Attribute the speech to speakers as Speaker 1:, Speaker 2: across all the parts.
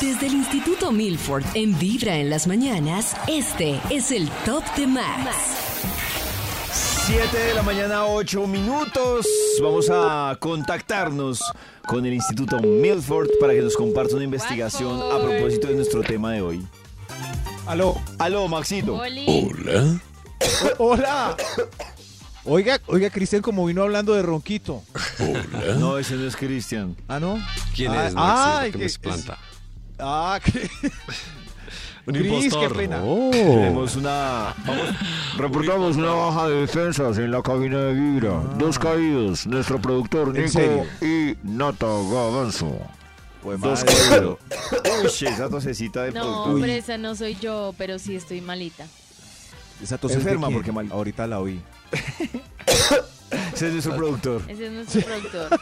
Speaker 1: Desde el Instituto Milford en Vibra en las mañanas, este es el Top de Max.
Speaker 2: 7 de la mañana, 8 minutos. Vamos a contactarnos con el Instituto Milford para que nos comparta una investigación a propósito de nuestro tema de hoy. Aló, aló, Maxito.
Speaker 3: Oli,
Speaker 4: ¡Hola! Oiga, oiga, Cristian, como vino hablando de Ronquito.
Speaker 2: No, ese no es Cristian.
Speaker 4: Ah, ¿no?
Speaker 3: ¿Quién
Speaker 4: Ah,
Speaker 3: es? Maxito,
Speaker 4: ay,
Speaker 3: que
Speaker 4: que-
Speaker 3: me planta.
Speaker 4: Ah, que...
Speaker 3: Un
Speaker 4: Cris, qué
Speaker 3: impostor. Oh.
Speaker 4: pena.
Speaker 2: Tenemos una. Vamos, reportamos una baja de defensas en la cabina de Vibra. Dos caídos, nuestro productor
Speaker 4: ¿En serio?
Speaker 2: y Nato Gavanzo.
Speaker 4: Pues
Speaker 2: Dos
Speaker 4: madre.
Speaker 2: caídos. Uy, esa tosecita de
Speaker 5: No,
Speaker 2: productor.
Speaker 5: hombre, esa no soy yo, pero sí estoy malita.
Speaker 4: Esa tos es de
Speaker 2: Enferma,
Speaker 4: quién?
Speaker 2: porque mal-
Speaker 4: Ahorita la oí.
Speaker 2: Ese es nuestro productor.
Speaker 5: Ese es nuestro productor.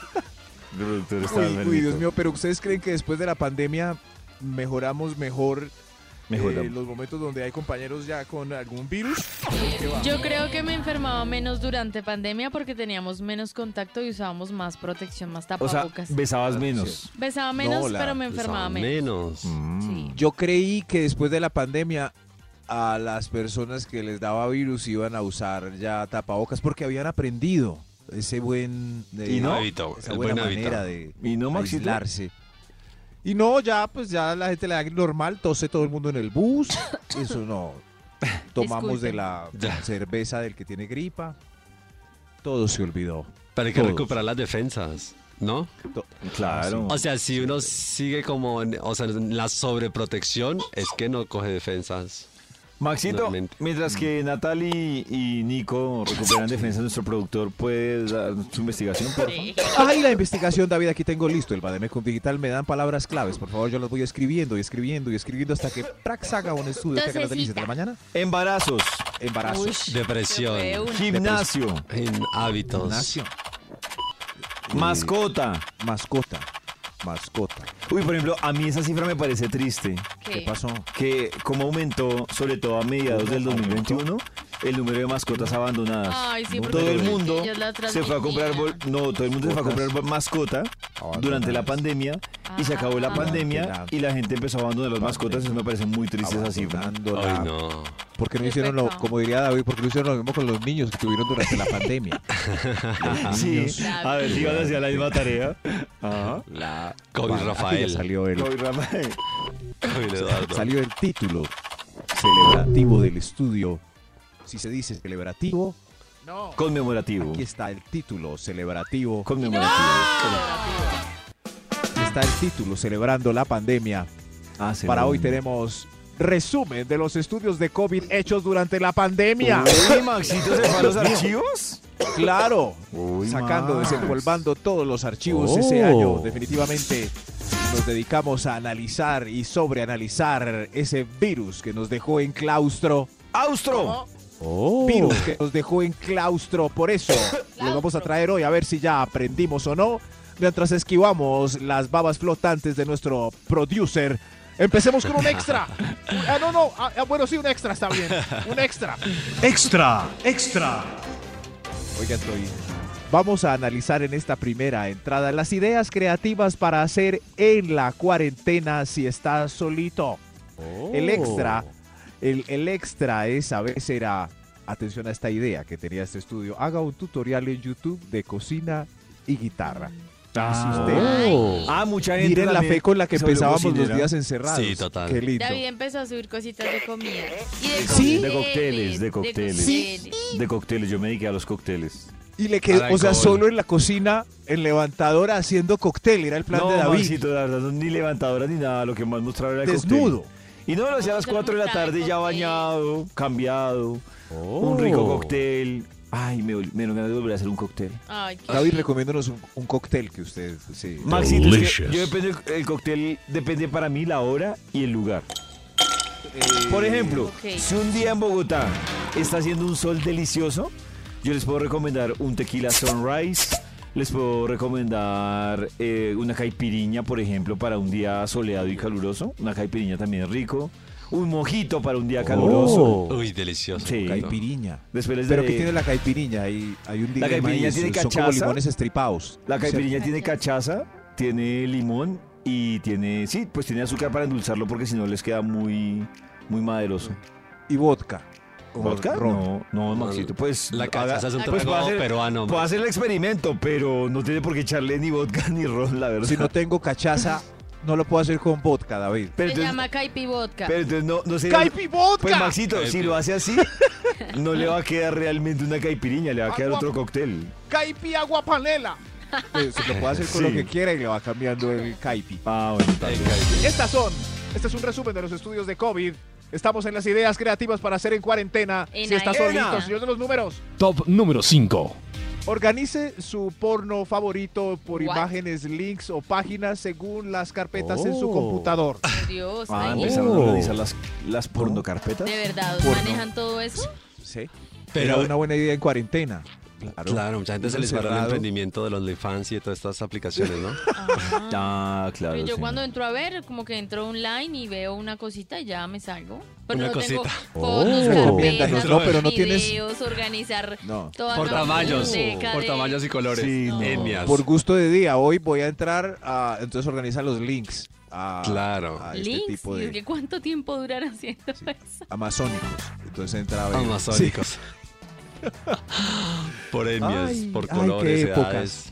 Speaker 2: El productor está
Speaker 4: Uy, uy,
Speaker 2: enfermito.
Speaker 4: Dios mío, pero ¿ustedes creen que después de la pandemia mejoramos mejor
Speaker 2: Mejoramos.
Speaker 4: eh, los momentos donde hay compañeros ya con algún virus?
Speaker 5: Yo creo que me enfermaba menos durante pandemia porque teníamos menos contacto y usábamos más protección, más
Speaker 2: O sea,
Speaker 5: tapabocas.
Speaker 2: besabas menos.
Speaker 5: Besaba menos,
Speaker 4: No, la- Mm.
Speaker 5: pero me
Speaker 3: Pues,
Speaker 5: enfermaba
Speaker 3: a
Speaker 5: menos.
Speaker 3: menos.
Speaker 5: Sí.
Speaker 4: Yo creí que después de la pandemia a las personas que les daba virus iban a usar ya tapabocas porque habían aprendido ese buen eh,
Speaker 2: ¿Y no?
Speaker 3: Hábito,
Speaker 4: esa
Speaker 3: el
Speaker 4: buena
Speaker 3: buen hábito.
Speaker 4: manera de
Speaker 2: ¿Y no, Maxito?
Speaker 4: aislarse. Y no, ya pues ya la gente le da normal, tose todo el mundo en el bus, eso no. Tomamos de la
Speaker 3: Ya.
Speaker 4: cerveza del que tiene gripa. Todo se olvidó.
Speaker 3: Pero hay que
Speaker 4: Todos.
Speaker 3: recuperar las defensas, ¿no?
Speaker 4: To-
Speaker 2: Claro.
Speaker 3: O sea, si uno sigue como en, o sea, en la sobreprotección, es que no coge defensas.
Speaker 2: Maxito,
Speaker 3: Normalmente.
Speaker 2: mientras que Natalie y Nico recuperan defensa, nuestro productor puede dar su investigación, por favor.
Speaker 4: Ay, la investigación, David, aquí tengo listo. El Bademecum Digital me dan palabras claves. Por favor, yo las voy escribiendo y escribiendo y escribiendo hasta que Prax haga un estudio. ¿Qué hagan las delicias de la mañana?
Speaker 2: Embarazos,
Speaker 4: Embarazo.
Speaker 3: Depresión.
Speaker 5: Yo fue una.
Speaker 2: gimnasio,
Speaker 3: En hábitos.
Speaker 4: Gimnasio.
Speaker 2: mascota.
Speaker 4: Mascota. Mascota.
Speaker 2: Uy, por ejemplo, a mí esa cifra me parece triste,
Speaker 4: ¿Qué
Speaker 5: ¿Qué?
Speaker 4: pasó?
Speaker 2: que como aumentó, sobre todo a mediados del 2021, el número de mascotas abandonadas.
Speaker 5: Ay, sí, porque
Speaker 2: todo el
Speaker 5: las
Speaker 2: mundo
Speaker 5: sillas las
Speaker 2: se fue a comprar bol-
Speaker 5: transmitían.
Speaker 2: no todo el mundo se fue a comprar mascota durante la pandemia y se acabó la
Speaker 5: Ah.
Speaker 2: pandemia y la gente empezó a abandonar las mascotas eso me parece muy triste esa cifra
Speaker 3: Ay,
Speaker 4: Abandonándola.
Speaker 3: no.
Speaker 4: ¿Por qué no
Speaker 5: Qué
Speaker 4: hicieron lo,
Speaker 5: pecado.
Speaker 4: como diría David, por qué no hicieron lo mismo con los niños que tuvieron durante la pandemia?
Speaker 2: sí a ver si iban hacia la misma tarea
Speaker 3: La COVID
Speaker 4: Vale, ah, ya
Speaker 3: Rafael.
Speaker 4: salió el,
Speaker 2: Ay, Rafael.
Speaker 3: COVID Eduardo.
Speaker 4: salió el título celebrativo del estudio. Si se dice celebrativo,
Speaker 2: conmemorativo
Speaker 4: aquí está el título celebrativo.
Speaker 2: conmemorativo
Speaker 4: Está el título celebrando la pandemia.
Speaker 2: Ah, sí,
Speaker 4: Para
Speaker 2: no.
Speaker 4: hoy tenemos resumen de los estudios de COVID hechos durante la pandemia.
Speaker 2: Uy, Maxito se fue a los archivos
Speaker 4: Claro,
Speaker 2: Uy,
Speaker 4: sacando,
Speaker 2: Max.
Speaker 4: desempolvando todos los archivos
Speaker 2: Oh.
Speaker 4: ese año. Definitivamente nos dedicamos a analizar y sobreanalizar ese virus que nos dejó en claustro.
Speaker 2: Austro
Speaker 4: Virus que nos dejó en claustro. Por eso les vamos a traer hoy a ver si ya aprendimos o no. Mientras esquivamos las babas flotantes de nuestro producer. Empecemos con un extra. Ah, no, no. Ah, ah, bueno, sí, un extra está bien. Un extra.
Speaker 6: Extra, extra.
Speaker 4: Oiga, estoy. Vamos a analizar en esta primera entrada las ideas creativas para hacer en la cuarentena si estás solito.
Speaker 2: Oh.
Speaker 4: El extra, el, el extra esa vez era, atención a esta idea que tenía este estudio, haga un tutorial en YouTube de cocina y guitarra. Oh.
Speaker 2: ah mucha gente
Speaker 4: Miren la
Speaker 2: también
Speaker 4: fe con la que
Speaker 2: se volvió
Speaker 4: empezábamos los
Speaker 2: cocinera.
Speaker 4: días encerrados.
Speaker 3: Sí, total.
Speaker 4: Qué lindo.
Speaker 5: David empezó a subir cositas de comida. Y de
Speaker 4: Sí.
Speaker 2: de cócteles de cócteles
Speaker 5: cócteles.
Speaker 2: de cócteles yo me dediqué a los cócteles
Speaker 4: Y le quedó,
Speaker 3: Al
Speaker 4: o sea,
Speaker 3: alcohol.
Speaker 4: solo en la cocina, en levantadora, haciendo cóctel, era el plan
Speaker 2: no,
Speaker 4: de David.
Speaker 2: Maxito, la verdad, no, ni levantadoras ni nada, lo que más mostraba era el cóctel.
Speaker 4: Desnudo.
Speaker 2: Y no, lo hacía a las 4 de la tarde ya bañado, cambiado, un rico
Speaker 4: Oh.
Speaker 2: cóctel. Ay, me, ol- me no me voy a volver a hacer un cóctel.
Speaker 5: Ay, qué
Speaker 4: David,
Speaker 5: rico.
Speaker 4: recomiéndonos un, un cóctel que usted sí.
Speaker 2: Maxito, es que
Speaker 6: Delicious.
Speaker 2: yo depende, el cóctel depende para mí la hora y el lugar. Por ejemplo,
Speaker 5: Ok.
Speaker 2: si un día en Bogotá está haciendo un sol delicioso, yo les puedo recomendar un tequila sunrise, les puedo recomendar eh, una caipiriña, por ejemplo, para un día soleado y caluroso. Una caipiriña también es rico. Un mojito para un día caluroso.
Speaker 3: Uy, delicioso.
Speaker 2: Sí.
Speaker 3: Bueno.
Speaker 4: Caipiriña.
Speaker 2: Después les
Speaker 4: Oh. Pero
Speaker 2: daré-
Speaker 4: ¿qué tiene la caipiriña? Hay, hay un dilema
Speaker 2: caipiriña
Speaker 4: ahí,
Speaker 2: tiene
Speaker 4: son como
Speaker 2: cachaza.
Speaker 4: limones estripados.
Speaker 2: La caipiriña tiene cachaza, tiene limón y tiene, sí, pues tiene azúcar para endulzarlo porque si no les queda muy, muy maderoso.
Speaker 4: Y vodka. O
Speaker 2: ¿Vodka?
Speaker 4: ron.
Speaker 2: No, no, Maxito, pues...
Speaker 3: La
Speaker 2: haga-
Speaker 3: cachaza es un
Speaker 5: pues,
Speaker 3: trago
Speaker 2: puede hacer-
Speaker 3: peruano.
Speaker 2: Puedo hacer el experimento, pero no tiene por qué echarle ni vodka ni ron, la verdad.
Speaker 4: Si no tengo cachaza, no lo puedo hacer con vodka, David.
Speaker 2: pero,
Speaker 5: Se
Speaker 2: entonces,
Speaker 5: llama Caipi Vodka.
Speaker 2: pero entonces no, no sería-
Speaker 4: vodka!
Speaker 2: Pues Maxito,
Speaker 3: Caipi.
Speaker 2: si lo hace así, no le va a quedar realmente una caipiriña, le va a quedar otro cóctel.
Speaker 4: ¡Caipi agua panela! Pues, Se lo puede hacer
Speaker 2: Sí.
Speaker 4: con lo que quiera y le va cambiando el caipi.
Speaker 2: Ah, bueno, está bien.
Speaker 4: Estas son. Este es un resumen de los estudios de COVID. Estamos en las ideas creativas para hacer en cuarentena.
Speaker 5: En Si está Aena. solito, señor
Speaker 4: de los números.
Speaker 7: Top número 5.
Speaker 4: Organice su porno favorito por
Speaker 5: What?
Speaker 4: imágenes, links o páginas según las carpetas en su computador.
Speaker 5: Por Dios,
Speaker 2: Ah,
Speaker 5: ay,
Speaker 2: empezaron a organizar las, las pornocarpetas.
Speaker 5: de verdad,
Speaker 4: Porno.
Speaker 5: manejan todo eso.
Speaker 4: Sí. Pero
Speaker 3: Pero,
Speaker 4: una buena idea en cuarentena. Claro.
Speaker 3: claro, mucha gente se les va el
Speaker 4: Encerrado.
Speaker 3: emprendimiento de los OnlyFans y de todas estas aplicaciones, ¿no?
Speaker 2: Ah, claro.
Speaker 5: Pero yo
Speaker 2: sí.
Speaker 5: cuando entro a ver, como que entro online y veo una cosita y ya me salgo. Pero
Speaker 3: Una
Speaker 5: no
Speaker 3: cosita.
Speaker 5: tengo fotos,
Speaker 4: Oh.
Speaker 5: carpetas,
Speaker 4: Recomiéndanos, no, pero no tienes-
Speaker 5: videos, organizar
Speaker 4: No.
Speaker 5: toda
Speaker 3: Por
Speaker 5: una
Speaker 3: tamaños,
Speaker 5: biblioteca
Speaker 3: por
Speaker 5: de-
Speaker 3: tamaños y colores,
Speaker 2: Sí, no.
Speaker 3: etnias.
Speaker 4: Por gusto de día, hoy voy a entrar a. Entonces organizan los links. A,
Speaker 3: Claro.
Speaker 4: A este
Speaker 5: Links,
Speaker 4: tipo
Speaker 5: y
Speaker 4: de.
Speaker 5: es que cuánto tiempo duran haciendo eso.
Speaker 4: Amazónicos. Entonces entra a ver.
Speaker 3: Amazónicos. por etnias,
Speaker 4: Ay,
Speaker 3: por
Speaker 4: ay, qué
Speaker 3: colores,
Speaker 4: épocas.
Speaker 3: edades.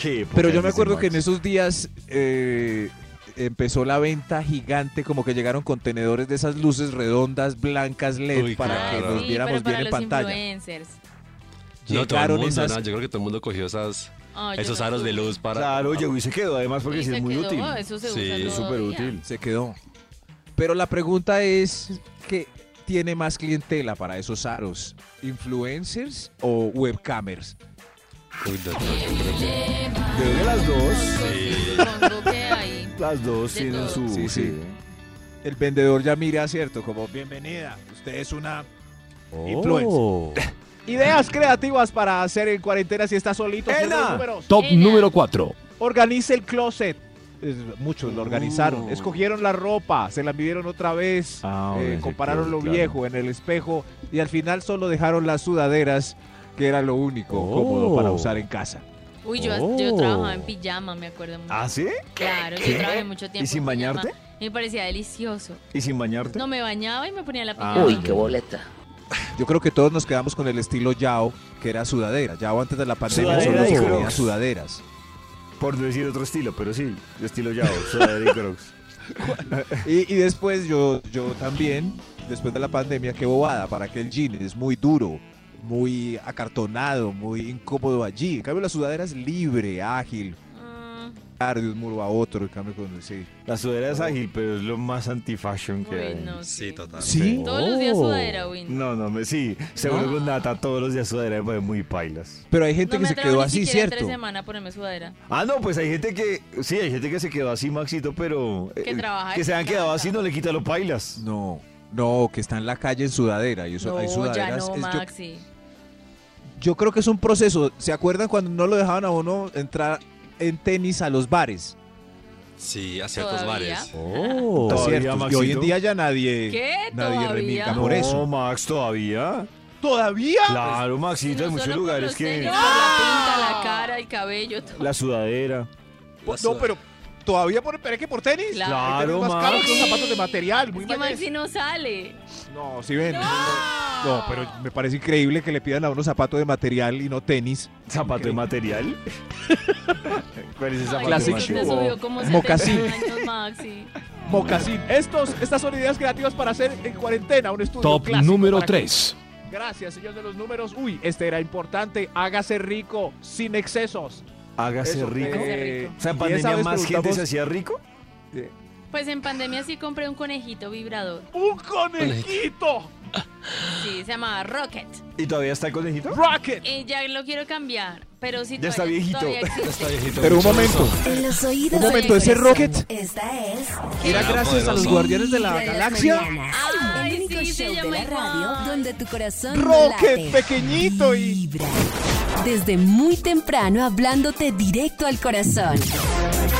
Speaker 2: Qué
Speaker 4: Pero yo
Speaker 2: épocas,
Speaker 4: me acuerdo
Speaker 2: dice
Speaker 4: que en
Speaker 2: Max.
Speaker 4: esos días eh, empezó la venta gigante, como que llegaron contenedores de esas luces redondas, blancas, LED,
Speaker 3: Uy,
Speaker 4: para
Speaker 3: claro.
Speaker 4: que nos
Speaker 5: Ah, sí,
Speaker 4: viéramos
Speaker 5: pero para
Speaker 4: bien en
Speaker 5: los
Speaker 4: pantalla.
Speaker 5: influencers.
Speaker 3: No, todo el
Speaker 4: Llegaron
Speaker 3: mundo,
Speaker 4: esas-
Speaker 3: ¿no? Yo creo que todo el mundo cogió esas,
Speaker 5: Ay, yo
Speaker 3: esos
Speaker 5: no
Speaker 3: aros de
Speaker 5: supe.
Speaker 3: luz para...
Speaker 2: Claro, llegó y se quedó, además, porque
Speaker 5: Y
Speaker 2: sí
Speaker 5: se
Speaker 2: es muy
Speaker 5: quedó, oh,
Speaker 2: útil.
Speaker 5: Eso se
Speaker 3: Sí,
Speaker 5: usa
Speaker 3: es
Speaker 5: todo
Speaker 2: súper
Speaker 5: día.
Speaker 2: útil.
Speaker 4: Se quedó. Pero la pregunta es, ¿qué tiene más clientela para esos aros? ¿Influencers o webcamers?
Speaker 3: Uy, no, no, yo creo que-
Speaker 2: Yo creo que las dos,
Speaker 5: Pues supongo que ahí.
Speaker 2: las dos
Speaker 5: De
Speaker 2: tienen
Speaker 5: todo.
Speaker 2: su...
Speaker 4: Sí, sí. El vendedor ya mira, ¿cierto? Como, bienvenida, usted es una...
Speaker 2: Oh.
Speaker 4: Influencer. Ideas creativas para hacer en cuarentena si está solito.
Speaker 2: ¡Ena!
Speaker 4: cierra los números.
Speaker 7: Top
Speaker 5: Era.
Speaker 7: número 4.
Speaker 4: Organice el closet. Es- Muchos lo organizaron. Escogieron la ropa, se la midieron otra vez,
Speaker 2: Oh. Ah,
Speaker 4: eh,
Speaker 2: bueno, sí,
Speaker 4: compararon
Speaker 2: claro,
Speaker 4: lo
Speaker 2: claro.
Speaker 4: viejo en el espejo y al final solo dejaron las sudaderas, que era lo único
Speaker 2: Oh.
Speaker 4: cómodo para usar en casa.
Speaker 5: Uy, yo, yo trabajaba en pijama, me acuerdo mucho.
Speaker 2: ¿Ah, sí?
Speaker 5: Claro,
Speaker 2: ¿Qué?
Speaker 5: yo trabajé mucho tiempo.
Speaker 2: ¿Y sin
Speaker 5: en pijama.
Speaker 2: bañarte?
Speaker 5: Me parecía delicioso.
Speaker 2: ¿Y sin bañarte?
Speaker 5: No me bañaba y me ponía la
Speaker 2: Ah,
Speaker 5: pijama.
Speaker 2: Uy, qué
Speaker 1: boleta.
Speaker 4: Yo creo que todos nos quedamos con el estilo Yao, que era sudadera. Yao antes de la pandemia
Speaker 2: Sudadera
Speaker 4: solo
Speaker 2: y
Speaker 4: se ponía
Speaker 2: Crocs.
Speaker 4: sudaderas.
Speaker 2: Por no decir otro estilo, pero sí, de estilo Yao, sudadera y crocs.
Speaker 4: Y, y después yo, yo también, después de la pandemia, qué bobada, para que el jean es muy duro, muy acartonado, muy incómodo allí. En cambio, la sudadera es libre, ágil,
Speaker 5: Ah,
Speaker 4: dar de un muro a otro. En cambio, con sí.
Speaker 2: La sudadera es ágil, pero es lo más anti-fashion que
Speaker 5: Oh. uy,
Speaker 2: hay.
Speaker 5: no sé.
Speaker 3: Sí, total.
Speaker 4: ¿Sí?
Speaker 5: Todos los
Speaker 2: Oh.
Speaker 5: días sudadera, uy. no.
Speaker 2: No, no, me, sí, seguro con Nata todos los días sudadera me ponen muy pailas.
Speaker 4: Pero hay
Speaker 5: No
Speaker 4: gente
Speaker 5: me
Speaker 4: que se
Speaker 5: atrevo
Speaker 4: quedó
Speaker 5: ni
Speaker 4: así,
Speaker 5: siquiera
Speaker 4: ¿cierto?
Speaker 5: tres semanas a ponerme sudadera.
Speaker 2: Ah, no, pues hay gente que, sí, hay gente que se quedó así, Maxito, pero... eh,
Speaker 5: Que trabaja
Speaker 2: Que se
Speaker 5: en
Speaker 2: han quedado
Speaker 5: casa.
Speaker 2: así, no le quita lo pailas.
Speaker 4: No, no, que está en la calle en sudadera. Y eso, hay
Speaker 5: No, ya
Speaker 4: sudaderas.
Speaker 5: no,
Speaker 4: es- yo,
Speaker 5: Maxi.
Speaker 4: yo creo que es un proceso. ¿Se acuerdan cuando no lo dejaban a uno entrar en tenis a los bares?
Speaker 3: Sí, a ciertos
Speaker 5: ¿Todavía?
Speaker 3: bares.
Speaker 4: A
Speaker 2: Todavía,
Speaker 4: ciertos, Y
Speaker 2: Maxito.
Speaker 4: hoy en día ya nadie,
Speaker 5: Oh. ¿Qué?
Speaker 4: nadie
Speaker 5: ¿Todavía?
Speaker 4: remica
Speaker 5: No,
Speaker 4: por
Speaker 2: No,
Speaker 4: eso.
Speaker 2: Max, ¿todavía? Pues,
Speaker 4: ¿Todavía?
Speaker 2: Claro, Maxito,
Speaker 5: No
Speaker 2: hay muchos
Speaker 5: solo por
Speaker 2: lugares
Speaker 5: los
Speaker 2: que... Ah.
Speaker 5: tenis, por La pinta, la cara, el cabello, todo.
Speaker 2: La sudadera.
Speaker 4: Po- No, pero todavía por, pero es que por tenis.
Speaker 5: Claro.
Speaker 4: Claro, más
Speaker 2: Claro,
Speaker 4: caros
Speaker 2: Max.
Speaker 4: que unos zapatos de material, muy
Speaker 5: Es que
Speaker 4: mayores.
Speaker 5: Maxi no sale.
Speaker 4: No, si ven. No, pero me parece increíble que le pidan a uno zapatos de material y no tenis.
Speaker 2: ¿Zapato de material? ¿Cuál es el zapato
Speaker 4: Claro.
Speaker 2: de
Speaker 5: Classic
Speaker 4: Classic
Speaker 5: te
Speaker 2: material?
Speaker 5: subió como
Speaker 4: Mocasín.
Speaker 5: 70 años, Maxi.
Speaker 4: Mocasín. Estos, estas son ideas creativas para hacer en cuarentena un estudio
Speaker 7: Top
Speaker 4: clásico
Speaker 7: número
Speaker 4: para-
Speaker 7: 3.
Speaker 4: Gracias, señor de los números. Uy, este era importante. Hágase rico, sin excesos.
Speaker 2: Hágase
Speaker 4: Eso, eh,
Speaker 2: rico.
Speaker 5: Hágase rico.
Speaker 2: O sea, en
Speaker 4: y esa
Speaker 2: pandemia
Speaker 4: vez
Speaker 2: más gente
Speaker 4: preguntamos-
Speaker 2: se hacía rico.
Speaker 5: Pues en pandemia sí compré un conejito vibrador.
Speaker 4: ¡Un conejito!
Speaker 5: Sí, se llamaba Rocket.
Speaker 2: ¿Y todavía está el conejito?
Speaker 4: Rocket.
Speaker 5: Eh, ya lo quiero cambiar, pero si
Speaker 2: Ya está viejito.
Speaker 3: Ya está viejito,
Speaker 4: Pero un
Speaker 3: mucho
Speaker 4: momento.
Speaker 3: gusto.
Speaker 1: En los oídos
Speaker 4: Un
Speaker 1: de
Speaker 4: momento, ese
Speaker 1: Cristian,
Speaker 4: Rocket.
Speaker 1: Esta es
Speaker 4: Era
Speaker 3: Era
Speaker 4: gracias a los
Speaker 3: poderoso.
Speaker 4: guardianes de la
Speaker 1: Vibra en las
Speaker 4: galaxia.
Speaker 1: mañanas.
Speaker 5: Ay,
Speaker 1: el único
Speaker 5: sí, se
Speaker 1: show de
Speaker 5: llama
Speaker 1: la radio
Speaker 5: igual.
Speaker 1: donde tu corazón no
Speaker 4: Rocket
Speaker 1: late.
Speaker 4: pequeñito y
Speaker 1: Vibra. Desde muy temprano hablándote directo al corazón.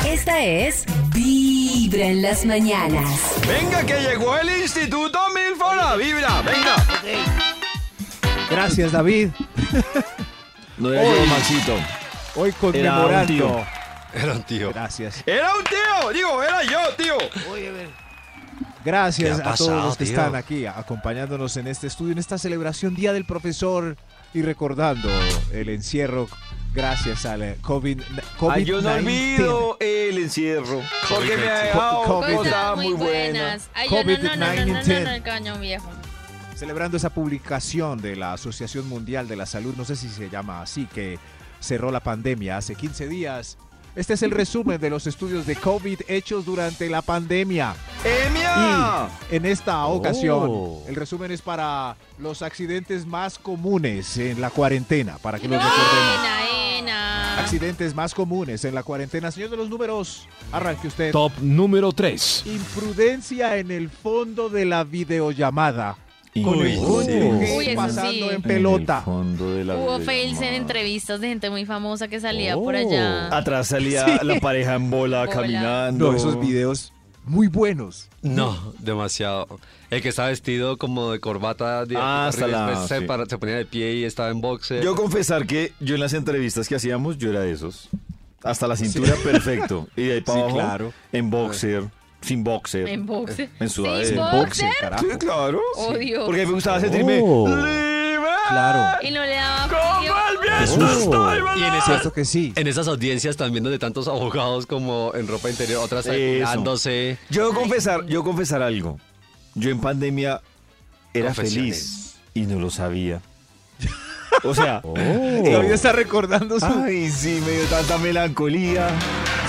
Speaker 1: Esta es Vibra en las mañanas.
Speaker 2: Venga, que llegó el Instituto Milford a Vibra. Venga.
Speaker 4: gracias David.
Speaker 2: No era yo, Maxito.
Speaker 4: Hoy
Speaker 2: Era un tío.
Speaker 4: conmemorando.
Speaker 3: Era un tío.
Speaker 4: Gracias.
Speaker 2: Era un tío. Digo, era yo, tío.
Speaker 4: Gracias
Speaker 3: ¿Qué ha
Speaker 4: a todos
Speaker 3: pasado,
Speaker 4: los que
Speaker 3: tío?
Speaker 4: están aquí acompañándonos en este estudio, en esta celebración Día del Profesor y recordando el encierro gracias al eh, COVID- COVID-19.
Speaker 2: Ay, yo no olvido el encierro. Porque me ha dejado
Speaker 4: COVID.
Speaker 2: cosas muy buenas.
Speaker 5: buenas. Ay, yo no, no, no, no, no, no, no,
Speaker 4: COVID-19.
Speaker 5: el cañón viejo.
Speaker 4: Celebrando esa publicación de la Asociación Mundial de la Salud, no sé si se llama así, que cerró la pandemia hace 15 días. Este es el resumen de los estudios de COVID hechos durante la pandemia.
Speaker 2: ¡Emia!
Speaker 4: Y en esta ocasión,
Speaker 3: Oh.
Speaker 4: el resumen es para los accidentes más comunes en la cuarentena, para que los recordemos.
Speaker 5: Ena, ena.
Speaker 4: Accidentes más comunes en la cuarentena. Señor de los números, arranque usted.
Speaker 6: Top número 3.
Speaker 4: Imprudencia en el fondo de la videollamada. Con el
Speaker 3: Uy,
Speaker 4: fondo
Speaker 3: sí.
Speaker 4: que
Speaker 5: Uy, eso
Speaker 4: pasando
Speaker 5: sí.
Speaker 4: en pelota.
Speaker 5: Hubo fails en entrevistas de gente muy famosa que salía
Speaker 2: Oh.
Speaker 5: por allá.
Speaker 2: Atrás salía la pareja en bola,
Speaker 5: Bola.
Speaker 2: caminando.
Speaker 4: No, esos videos muy buenos.
Speaker 3: No, demasiado. El que estaba vestido como de corbata, de
Speaker 2: Ah, hasta
Speaker 3: arriba,
Speaker 2: la-
Speaker 3: después se,
Speaker 2: sí.
Speaker 3: para- se ponía de pie y estaba en boxe.
Speaker 2: Yo confesar que yo en las entrevistas que hacíamos, yo era de esos. Hasta la cintura, perfecto. Y de ahí para
Speaker 4: Sí,
Speaker 2: abajo,
Speaker 4: claro.
Speaker 2: en boxer, sin boxer.
Speaker 5: En boxe.
Speaker 2: eh, En sudadera.
Speaker 5: ¿Sí,
Speaker 2: En
Speaker 4: Boxe,
Speaker 5: boxer?
Speaker 4: carajo.
Speaker 2: Sí, claro.
Speaker 5: Oh, Dios.
Speaker 2: Porque me gustaba sentirme
Speaker 4: Oh.
Speaker 2: libre.
Speaker 4: Claro.
Speaker 5: Y no le daba
Speaker 2: Como
Speaker 5: frío.
Speaker 2: el viento
Speaker 4: Oh.
Speaker 2: está
Speaker 3: Y en
Speaker 2: volando.
Speaker 3: ese-
Speaker 4: Cierto que sí.
Speaker 3: En esas audiencias también donde tantos abogados como en ropa interior, otras
Speaker 2: Eso.
Speaker 3: dándose
Speaker 2: Yo confesar, yo confesar algo. Yo en pandemia era
Speaker 3: Confesiones.
Speaker 2: feliz y no lo sabía. O sea,
Speaker 4: Oh. Todavía está recordando su...
Speaker 2: ay, sí, me dio tanta melancolía.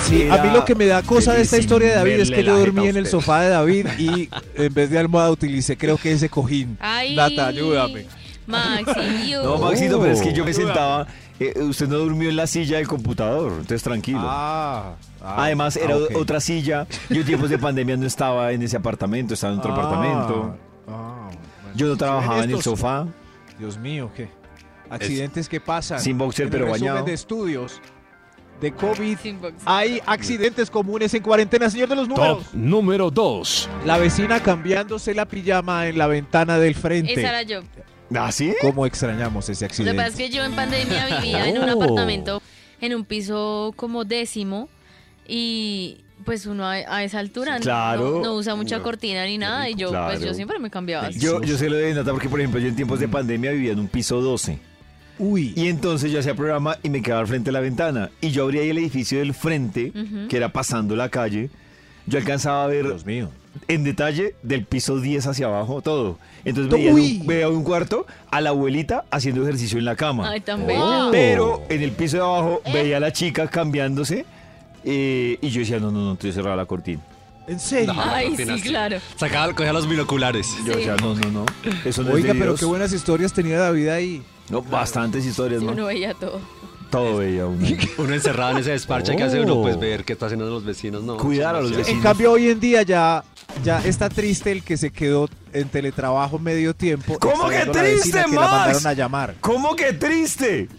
Speaker 4: Sí, a mí lo que me da cosa de
Speaker 2: feliz
Speaker 4: esta historia de David es
Speaker 2: verle
Speaker 4: que
Speaker 2: la
Speaker 4: yo
Speaker 2: jeta
Speaker 4: dormí
Speaker 2: a
Speaker 4: en el
Speaker 2: usted.
Speaker 4: sofá de David y en vez de almohada utilicé creo que ese cojín.
Speaker 5: Ay.
Speaker 4: Nata, ayúdame.
Speaker 5: Maxi, you.
Speaker 2: No, Maxito, pero es que yo me
Speaker 4: Ayúdame.
Speaker 2: sentaba. eh, usted no durmió en la silla del computador, entonces tranquilo.
Speaker 4: Ah, ah,
Speaker 2: Además,
Speaker 4: ah,
Speaker 2: era
Speaker 4: ok.
Speaker 2: otra silla. Yo en tiempos de pandemia no estaba en ese apartamento, estaba en otro
Speaker 4: Ah,
Speaker 2: apartamento.
Speaker 4: ah, bueno.
Speaker 2: Yo no trabajaba en el
Speaker 4: estos-
Speaker 2: sofá.
Speaker 4: Dios mío, qué accidentes que pasan.
Speaker 2: Sin boxer,
Speaker 4: En el
Speaker 2: pero
Speaker 4: resumen
Speaker 2: bañado.
Speaker 4: de estudios de
Speaker 5: Ah,
Speaker 4: COVID.
Speaker 5: Sin boxer.
Speaker 4: Hay accidentes comunes en cuarentena, señor de los números.
Speaker 6: Top número 2.
Speaker 4: La vecina cambiándose la pijama en la ventana del frente.
Speaker 5: Esa era yo.
Speaker 2: ¿Ah, sí?
Speaker 4: ¿Cómo extrañamos ese
Speaker 5: Lo que
Speaker 4: accidente?
Speaker 5: pasa es que yo en pandemia vivía en un
Speaker 6: Oh.
Speaker 5: apartamento, en un piso como décimo, y pues uno a, a esa altura no-
Speaker 2: Claro.
Speaker 5: no, no usa mucha cortina ni nada, y yo pues
Speaker 2: Claro.
Speaker 5: yo siempre me cambiaba. así.
Speaker 2: Yo, yo sé lo de Nata porque, por ejemplo, yo en tiempos de pandemia vivía en un piso 12.
Speaker 4: Uy,
Speaker 2: Y entonces yo hacía programa y me quedaba al frente de la ventana. Y yo abría ahí el edificio del frente,
Speaker 5: Ujú.
Speaker 2: que era pasando la calle. Yo alcanzaba a ver
Speaker 4: Dios mío.
Speaker 2: en detalle del piso 10 hacia abajo todo. Entonces
Speaker 4: ¡Uy!
Speaker 2: veía, en un, veía en un cuarto a la abuelita haciendo ejercicio en la cama.
Speaker 5: Ay, tan bella.
Speaker 2: Pero en el piso de abajo veía a la chica cambiándose. eh, y yo decía, no, no, no, entonces cerraba la cortina.
Speaker 4: ¿En serio?
Speaker 3: No,
Speaker 5: Ay, sí,
Speaker 3: cortinas.
Speaker 5: claro.
Speaker 3: Sacaba, cogía los binoculares.
Speaker 2: Yo
Speaker 5: Sí.
Speaker 2: decía, no, no, no. Eso no es
Speaker 4: Oiga,
Speaker 2: de
Speaker 4: pero
Speaker 2: Dios".
Speaker 4: qué buenas historias tenía David ahí.
Speaker 2: No, bastantes historias,
Speaker 5: Sí,
Speaker 2: ¿no?
Speaker 5: uno veía todo.
Speaker 2: Todo veía uno.
Speaker 3: Uno encerrado en ese desparche que hace uno, pues ver qué está haciendo los vecinos, no.
Speaker 2: Oh. Cuidar a los
Speaker 3: demasiado.
Speaker 4: En
Speaker 2: vecinos.
Speaker 4: cambio, hoy en día ya, ya está triste el que se quedó en teletrabajo medio tiempo.
Speaker 2: ¿Cómo que
Speaker 4: extrañando a la vecina
Speaker 2: triste,
Speaker 4: Que la
Speaker 2: Max?
Speaker 4: mandaron a llamar.
Speaker 2: ¿Cómo que triste?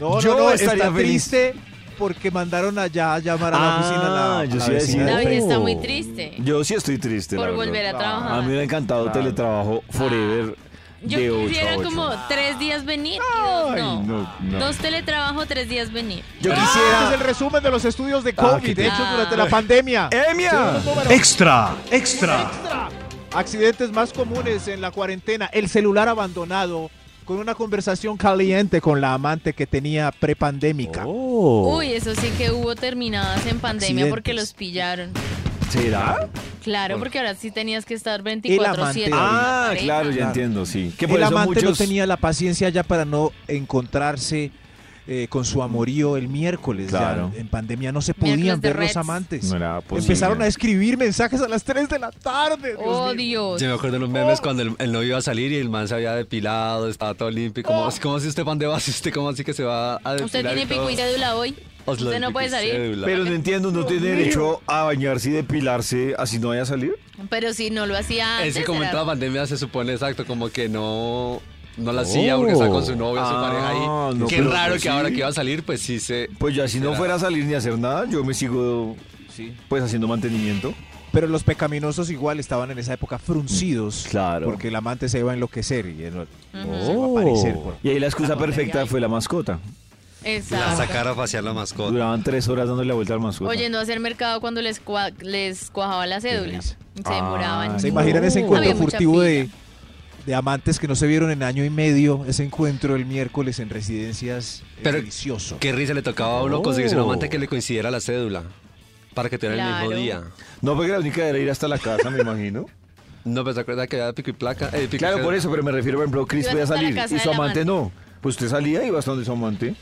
Speaker 4: No,
Speaker 2: Yo
Speaker 4: no, no,
Speaker 2: estaría
Speaker 4: está
Speaker 2: feliz.
Speaker 4: triste porque mandaron allá a llamar a la
Speaker 2: Ah,
Speaker 4: oficina. a La,
Speaker 2: yo
Speaker 4: a la
Speaker 2: sí iba a decir
Speaker 4: vecina.
Speaker 2: eso.
Speaker 5: David está muy triste
Speaker 2: Yo sí estoy triste. la
Speaker 5: por
Speaker 2: verdad.
Speaker 5: volver a trabajar. Ah.
Speaker 2: A mí me ha encantado
Speaker 4: Claro.
Speaker 2: teletrabajo forever
Speaker 5: Yo
Speaker 2: de 8 a
Speaker 5: quisiera
Speaker 2: 8.
Speaker 5: como tres días venir y dos no.
Speaker 2: no, no.
Speaker 5: Dos teletrabajo, tres días venir.
Speaker 2: Yo
Speaker 4: Este es
Speaker 2: quisiera...
Speaker 4: el resumen de los estudios de
Speaker 2: Ah, Eh.
Speaker 4: COVID
Speaker 2: qué
Speaker 4: hechos
Speaker 5: triste.
Speaker 4: durante la pandemia.
Speaker 2: ¡Emia!
Speaker 6: Extra, extra.
Speaker 4: Accidentes más comunes en la cuarentena. El celular abandonado con una conversación caliente con la amante que tenía prepandémica.
Speaker 2: Oh.
Speaker 4: Oh.
Speaker 5: Uy, eso sí que hubo terminadas en pandemia porque los pillaron.
Speaker 2: ¿Será?
Speaker 5: Claro, porque ahora sí tenías que estar
Speaker 4: amante
Speaker 5: 24-7.
Speaker 4: de
Speaker 2: Ah,
Speaker 5: Pareja.
Speaker 2: claro, ya entiendo, sí. Que por
Speaker 4: el
Speaker 2: eso
Speaker 4: amante
Speaker 2: muchos...
Speaker 4: no tenía la paciencia ya para no encontrarse eh, con su amorío el miércoles. ya
Speaker 2: Claro.
Speaker 4: en pandemia no se
Speaker 5: Miércoles
Speaker 4: podían
Speaker 5: de
Speaker 4: ver los
Speaker 5: Reds.
Speaker 4: amantes.
Speaker 2: No era posible.
Speaker 4: Empezaron a escribir mensajes a las 3 de la tarde. Dios
Speaker 5: Oh,
Speaker 4: mío.
Speaker 5: Dios.
Speaker 3: Yo me acuerdo de los memes cuando el, el novio iba a salir y el man se había depilado, estaba todo limpio. Como, ¿Cómo así usted pan de base? ¿Usted cómo así que se va a depilar?
Speaker 5: Oh. Usted tiene
Speaker 3: y todo?
Speaker 5: pico y cédula hoy.
Speaker 3: Os lo
Speaker 5: Usted no
Speaker 3: pico
Speaker 5: puede
Speaker 3: y
Speaker 5: salir.
Speaker 3: cédula.
Speaker 2: Pero no entiendo, ¿no tiene derecho a bañarse y depilarse así no vaya a salir?
Speaker 5: Pero si no lo hacía antes.
Speaker 3: Es que como
Speaker 5: era-
Speaker 3: entra la pandemia se supone exacto, como que no, no la hacía porque estaba con su novia, su
Speaker 2: Ah,
Speaker 3: pareja ahí.
Speaker 2: no,
Speaker 3: Qué
Speaker 2: pero
Speaker 3: raro que
Speaker 2: pues sí.
Speaker 3: ahora que iba a salir, pues sí se...
Speaker 2: Pues ya si no
Speaker 3: Será.
Speaker 2: fuera a salir ni a hacer nada, yo me sigo pues haciendo mantenimiento.
Speaker 4: Pero los pecaminosos igual estaban en esa época fruncidos.
Speaker 2: Claro.
Speaker 4: Porque el amante se iba a enloquecer y él se iba a aparecer. pues. por-
Speaker 2: Y ahí la excusa perfecta fue la mascota.
Speaker 3: La
Speaker 5: Exacto.
Speaker 3: sacar a pasear la mascota.
Speaker 2: Duraban tres horas dándole la vuelta al mascota.
Speaker 5: Oyendo a hacer mercado cuando les, cua- les cuajaba la cédula. Se
Speaker 3: Ah.
Speaker 5: demoraban.
Speaker 4: ¿Se imaginan ese
Speaker 2: No.
Speaker 4: encuentro
Speaker 5: Había mucha
Speaker 4: furtivo de,
Speaker 5: fila.
Speaker 4: de amantes que no se vieron en año y medio? Ese encuentro el miércoles en residencias eh,
Speaker 3: Pero-
Speaker 4: delicioso.
Speaker 3: Qué risa le tocaba a uno conseguirse un amante que le coincidiera la cédula. Para que tuviera el mismo
Speaker 5: Claro.
Speaker 3: día.
Speaker 2: No, porque la única era ir hasta la casa, me imagino.
Speaker 3: No, pero se acuerda que había pico y placa. Eh, pico y
Speaker 2: Claro,
Speaker 3: cédula.
Speaker 2: por eso, pero me refiero, por ejemplo, Chris
Speaker 5: Ibas
Speaker 2: podía
Speaker 5: hasta la
Speaker 2: salir
Speaker 5: casa
Speaker 2: y su
Speaker 5: del
Speaker 2: amante
Speaker 5: amante.
Speaker 2: no. Pues usted salía y iba hasta donde su amante.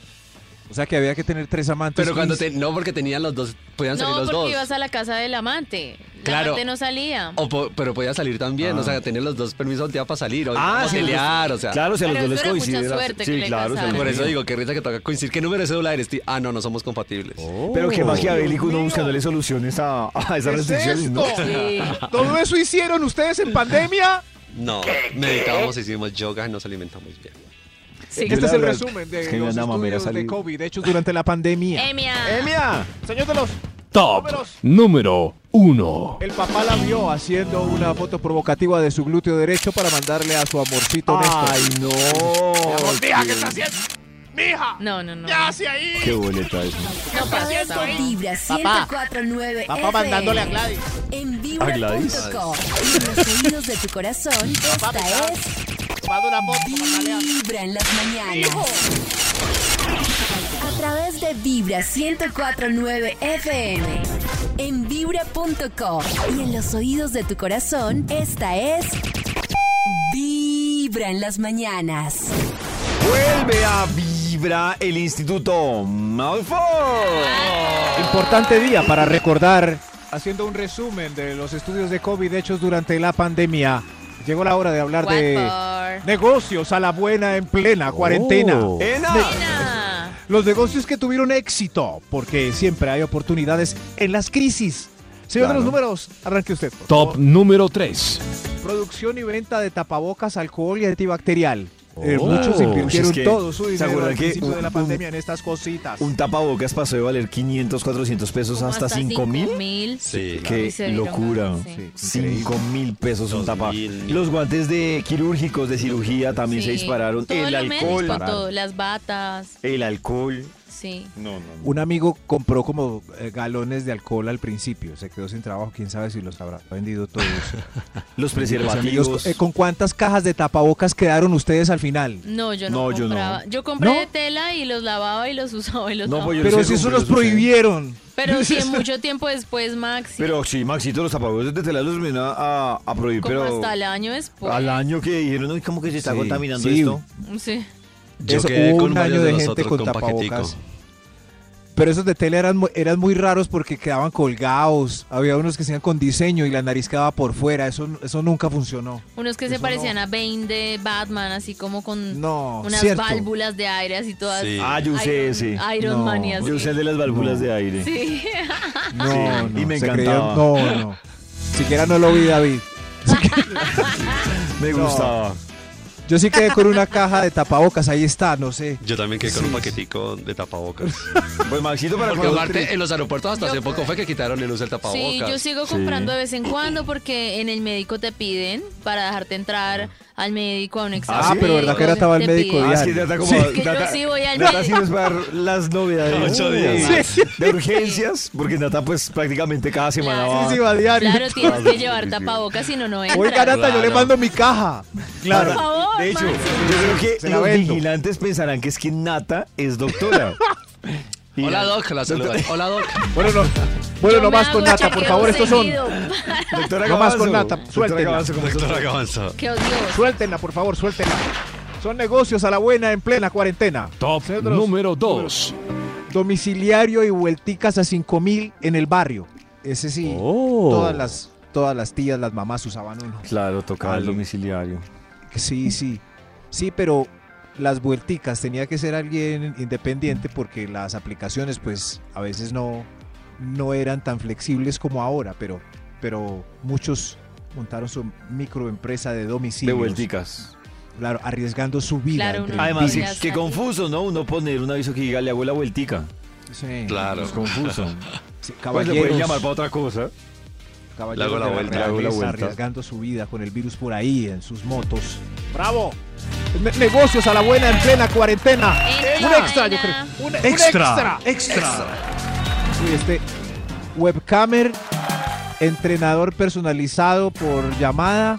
Speaker 4: O sea que había que tener tres amantes.
Speaker 3: Pero cuando
Speaker 4: Pues, y-
Speaker 3: te, no, porque tenían los dos, podían salir
Speaker 5: No,
Speaker 3: los
Speaker 5: porque
Speaker 3: dos.
Speaker 5: ibas a la casa del amante. El
Speaker 3: Claro. Oh,
Speaker 5: amante no salía.
Speaker 3: O po- pero podía salir también, o sea, tener los dos permisos al día para salir, o o
Speaker 2: Ah, sí,
Speaker 3: pelear, o sea.
Speaker 2: Claro, si a los
Speaker 5: Pero
Speaker 2: dos les
Speaker 5: eso era mucha
Speaker 2: coincidiera.
Speaker 5: suerte que
Speaker 2: sí,
Speaker 5: le
Speaker 2: claro, se
Speaker 5: casaran.
Speaker 2: los
Speaker 3: Por eso
Speaker 2: coincidiera.
Speaker 3: digo, qué risa que toca coincidir. ¿Qué número de cédula eres? Ti- Ah, no, no somos compatibles.
Speaker 2: Pero qué maquiavélico uno buscándole soluciones a, a esas
Speaker 4: ¿Qué es
Speaker 2: restricciones, ¿no?
Speaker 4: esto?
Speaker 5: Sí.
Speaker 4: ¿Todo eso hicieron ustedes en pandemia?
Speaker 3: No, meditábamos, hicimos yoga y nos alimentamos bien.
Speaker 5: Sí.
Speaker 2: Yo
Speaker 4: Este
Speaker 2: la
Speaker 4: es el
Speaker 2: verdad,
Speaker 4: resumen de
Speaker 2: es que me
Speaker 4: los
Speaker 2: da mamera
Speaker 4: estudios de
Speaker 2: salir.
Speaker 4: COVID hechos durante la pandemia.
Speaker 5: Emia.
Speaker 4: ¡Emia! Señor de los...
Speaker 6: Top número 1.
Speaker 4: El papá la vio haciendo una foto provocativa de su glúteo derecho para mandarle a su amorcito
Speaker 2: Ay,
Speaker 4: Néstor.
Speaker 2: no.
Speaker 5: No, no, no.
Speaker 2: Qué boleta eso.
Speaker 5: No pasa.
Speaker 1: Vibra
Speaker 5: Papá.
Speaker 1: 1049
Speaker 4: Papá
Speaker 1: FM.
Speaker 4: mandándole a Gladys.
Speaker 1: En
Speaker 2: A Gladys.
Speaker 1: vibra.com. En los oídos de tu corazón, esta es Vibra en las mañanas. A través de Vibra 1049 FM. En vibra.com. Y en los oídos de tu corazón, esta es Vibra en las mañanas.
Speaker 2: Vuelve a Vibra el Instituto Malfoy.
Speaker 5: Ah.
Speaker 4: Importante día para recordar, haciendo un resumen de los estudios de COVID hechos durante la pandemia. Llegó la hora de hablar
Speaker 5: What
Speaker 4: de
Speaker 5: for?
Speaker 4: negocios a la buena en plena cuarentena.
Speaker 2: ¡Ena!
Speaker 5: Nah.
Speaker 4: Los negocios que tuvieron éxito, porque siempre hay oportunidades en las crisis. Señor de los
Speaker 2: Claro.
Speaker 4: números, arranque usted. por
Speaker 6: Top
Speaker 4: favor.
Speaker 6: número 3.
Speaker 4: Producción y venta de tapabocas, alcohol y antibacterial. Eh,
Speaker 6: Oh.
Speaker 4: muchos
Speaker 2: Uy, es
Speaker 4: invirtieron
Speaker 2: que,
Speaker 4: todo su
Speaker 2: ¿se
Speaker 4: dinero
Speaker 2: acuerdan
Speaker 4: al
Speaker 2: que
Speaker 4: principio
Speaker 2: un-
Speaker 4: de la
Speaker 2: un-
Speaker 4: pandemia en estas cositas.
Speaker 2: Un tapabocas pasó de valer 500, 400 pesos
Speaker 5: Como
Speaker 2: hasta 5 mil.
Speaker 5: mil.
Speaker 3: Sí.
Speaker 2: Qué
Speaker 5: Ay, se dieron
Speaker 2: locura.
Speaker 5: ganas, sí.
Speaker 2: 5 mil pesos un
Speaker 3: Dos
Speaker 2: tapa.
Speaker 3: mil.
Speaker 2: Los guantes de quirúrgicos de cirugía también se
Speaker 5: Sí.
Speaker 2: dispararon.
Speaker 5: Todo
Speaker 2: el
Speaker 5: lo
Speaker 2: alcohol.
Speaker 5: médico, todo, las batas,
Speaker 2: El alcohol.
Speaker 5: sí.
Speaker 2: No, no,
Speaker 4: Un amigo compró como eh, galones de alcohol al principio, se quedó sin trabajo, quién sabe si los habrá vendido todos.
Speaker 2: Los
Speaker 4: Los amigos,
Speaker 2: preservativos.
Speaker 4: eh, ¿Con cuántas cajas de tapabocas quedaron ustedes al final?
Speaker 5: No, yo no,
Speaker 2: No, yo no.
Speaker 5: compraba. Yo, compré
Speaker 4: ¿No?
Speaker 5: de tela y los lavaba y los usaba y los
Speaker 2: No,
Speaker 5: lavaba.
Speaker 2: pues yo
Speaker 4: Pero
Speaker 2: les
Speaker 4: si eso
Speaker 2: compré
Speaker 4: los
Speaker 2: los ustedes.
Speaker 4: prohibieron.
Speaker 5: Pero sí, mucho tiempo después, Max,
Speaker 2: Pero sí, Maxito, los tapabocas de tela los vienen a, a- a prohibir,
Speaker 5: como
Speaker 2: pero
Speaker 5: hasta el año después.
Speaker 2: al año que dijeron, "Uy, ¿cómo que se está
Speaker 4: Sí,
Speaker 2: contaminando
Speaker 4: sí.
Speaker 2: esto?
Speaker 5: Sí.
Speaker 3: Yo
Speaker 4: Eso,
Speaker 3: quedé
Speaker 4: hubo
Speaker 3: con
Speaker 4: un
Speaker 3: varios
Speaker 4: año de gente
Speaker 3: nosotros
Speaker 4: con
Speaker 3: paquetico.
Speaker 4: tapabocas. Pero esos de tela eran, mu- eran muy raros porque quedaban colgados. Había unos que se hacían con diseño y la nariz quedaba por fuera. Eso, eso nunca funcionó.
Speaker 5: Unos que se
Speaker 4: Eso
Speaker 5: parecían a Bane de Batman, así como con
Speaker 4: No,
Speaker 5: unas
Speaker 4: cierto.
Speaker 5: válvulas de aire así todas.
Speaker 3: Sí.
Speaker 2: Ah, yo usé
Speaker 5: Iron,
Speaker 2: ese.
Speaker 5: Iron
Speaker 4: No,
Speaker 5: Man y así.
Speaker 2: Yo usé el de las válvulas de aire.
Speaker 5: Sí.
Speaker 4: No,
Speaker 2: Sí,
Speaker 4: no,
Speaker 2: y me
Speaker 4: se
Speaker 2: encantaba.
Speaker 4: creyeron- no, no. Siquiera no lo vi, David.
Speaker 2: Me
Speaker 4: No.
Speaker 2: gustaba.
Speaker 4: Yo sí quedé con una caja de tapabocas. Ahí está, no sé.
Speaker 3: Yo también quedé con un paquetico de tapabocas.
Speaker 2: Pues Maxito, para
Speaker 3: Porque
Speaker 2: cuando-
Speaker 3: aparte, en los aeropuertos hasta hace poco fue que quitaron el uso del tapabocas.
Speaker 5: Sí, yo sigo
Speaker 2: Sí.
Speaker 5: comprando de vez en cuando porque en el médico te piden para dejarte entrar al médico a un examen.
Speaker 2: Ah, pero ¿verdad que
Speaker 4: ahora
Speaker 5: Te
Speaker 4: estaba el médico
Speaker 5: piden.
Speaker 2: Ah, es que
Speaker 4: diario.
Speaker 2: Data como...
Speaker 5: Es que yo sí voy al
Speaker 2: Data
Speaker 5: médico.
Speaker 2: sin esperar las novedades.
Speaker 3: Ocho días.
Speaker 2: Sí. De urgencias, porque Nata pues prácticamente cada semana
Speaker 5: Claro.
Speaker 2: va...
Speaker 4: Sí, sí, va a diario.
Speaker 5: Claro, tienes que llevar
Speaker 2: Ah, Sí, sí.
Speaker 5: tapabocas, si no, no entras.
Speaker 4: Oiga, Nata, yo le
Speaker 3: Claro.
Speaker 4: mando mi caja.
Speaker 5: Por favor,
Speaker 2: De hecho,
Speaker 5: Maxi.
Speaker 2: yo creo que
Speaker 4: Se la
Speaker 2: los
Speaker 4: vendo.
Speaker 2: vigilantes pensarán que es que Nata es doctora. Y
Speaker 3: Hola,
Speaker 2: la-
Speaker 3: Doc, la saluda. Hola, Doc.
Speaker 4: Bueno, no, bueno,
Speaker 5: Yo
Speaker 4: no
Speaker 5: me
Speaker 4: más
Speaker 5: hago
Speaker 4: con Nata, por
Speaker 5: chequeo
Speaker 4: favor. Estos son.
Speaker 5: seguido.
Speaker 3: Ah.
Speaker 2: Doctora
Speaker 4: No más con
Speaker 2: Gavanzo.
Speaker 4: Nata,
Speaker 2: Doctora
Speaker 4: suéltela.
Speaker 2: Gavanzo, ¿cómo estás?
Speaker 3: Doctor Gavanzo.
Speaker 5: Qué odio.
Speaker 4: Suéltenla, por favor, suéltenla. Son negocios a la buena en plena cuarentena.
Speaker 6: Top
Speaker 4: Cedros.
Speaker 6: número 2.
Speaker 4: Domiciliario y vuelticas a 5 mil en el barrio. Ese sí, todas, las, todas las tías, las mamás usaban uno.
Speaker 2: Claro, tocaba
Speaker 4: el
Speaker 2: domiciliario.
Speaker 4: Sí, sí. Sí, pero las vuelticas tenía que ser alguien independiente porque las aplicaciones pues a veces no, no eran tan flexibles como ahora, pero, pero muchos montaron su microempresa de domicilio.
Speaker 2: De vuelticas.
Speaker 4: Claro, arriesgando su vida.
Speaker 5: Claro,
Speaker 4: entre
Speaker 5: uno-
Speaker 4: el
Speaker 2: Además,
Speaker 5: Mira,
Speaker 2: qué
Speaker 5: salí.
Speaker 2: confuso, ¿no? Uno poner un aviso que diga, le hago la vueltica.
Speaker 4: virus. Sí.
Speaker 3: Claro.
Speaker 2: Es confuso.
Speaker 4: Sí,
Speaker 2: Pues le pueden
Speaker 4: caballeros.
Speaker 2: llamar para otra cosa.
Speaker 4: Caballeros
Speaker 3: Le hago la
Speaker 4: de
Speaker 3: vuelta,
Speaker 2: le hago la
Speaker 4: realeza
Speaker 2: vuelta.
Speaker 4: arriesgando su vida con el virus por ahí en sus motos. ¡Bravo! negocios a la buena en plena cuarentena.
Speaker 5: En
Speaker 4: Un
Speaker 5: la
Speaker 4: extra, yo creo.
Speaker 5: vaina.
Speaker 4: Un extra. Uy, este webcamer, entrenador personalizado por llamada,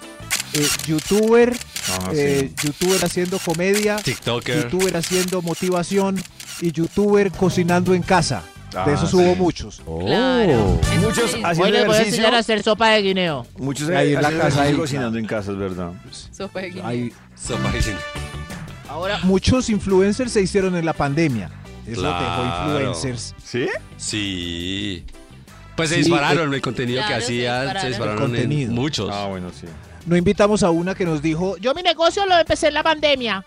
Speaker 4: eh, youtuber,
Speaker 3: Ah,
Speaker 4: eh, youtuber haciendo comedia,
Speaker 3: TikToker.
Speaker 4: youtuber haciendo motivación y youtuber cocinando en casa. de
Speaker 3: Ah,
Speaker 4: esos hubo muchos.
Speaker 5: Claro. Eso
Speaker 2: Muchos
Speaker 5: sí.
Speaker 2: haciendo
Speaker 7: Hoy les voy a
Speaker 2: ejercicio.
Speaker 7: enseñar a hacer sopa de guineo.
Speaker 2: Muchos
Speaker 4: Ahí en la
Speaker 2: haciendo
Speaker 4: casa,
Speaker 2: ejercicio
Speaker 4: ahí,
Speaker 2: y cocinando en casa, es verdad.
Speaker 5: Sopa de guineo.
Speaker 4: Hay-
Speaker 3: Sopa de cine.
Speaker 7: Ahora,
Speaker 4: muchos influencers se hicieron en la pandemia. Eso
Speaker 3: Claro.
Speaker 4: dejó influencers.
Speaker 2: ¿Sí?
Speaker 3: Sí. Pues se
Speaker 4: Sí, eh,
Speaker 3: dispararon el contenido que
Speaker 5: Claro, se
Speaker 3: hacían, se
Speaker 5: dispararon.
Speaker 3: dispararon
Speaker 4: Contenido. Ah,
Speaker 3: en muchos.
Speaker 2: Ah, bueno, sí.
Speaker 4: No invitamos a una que nos dijo,
Speaker 7: yo mi negocio lo empecé en la pandemia.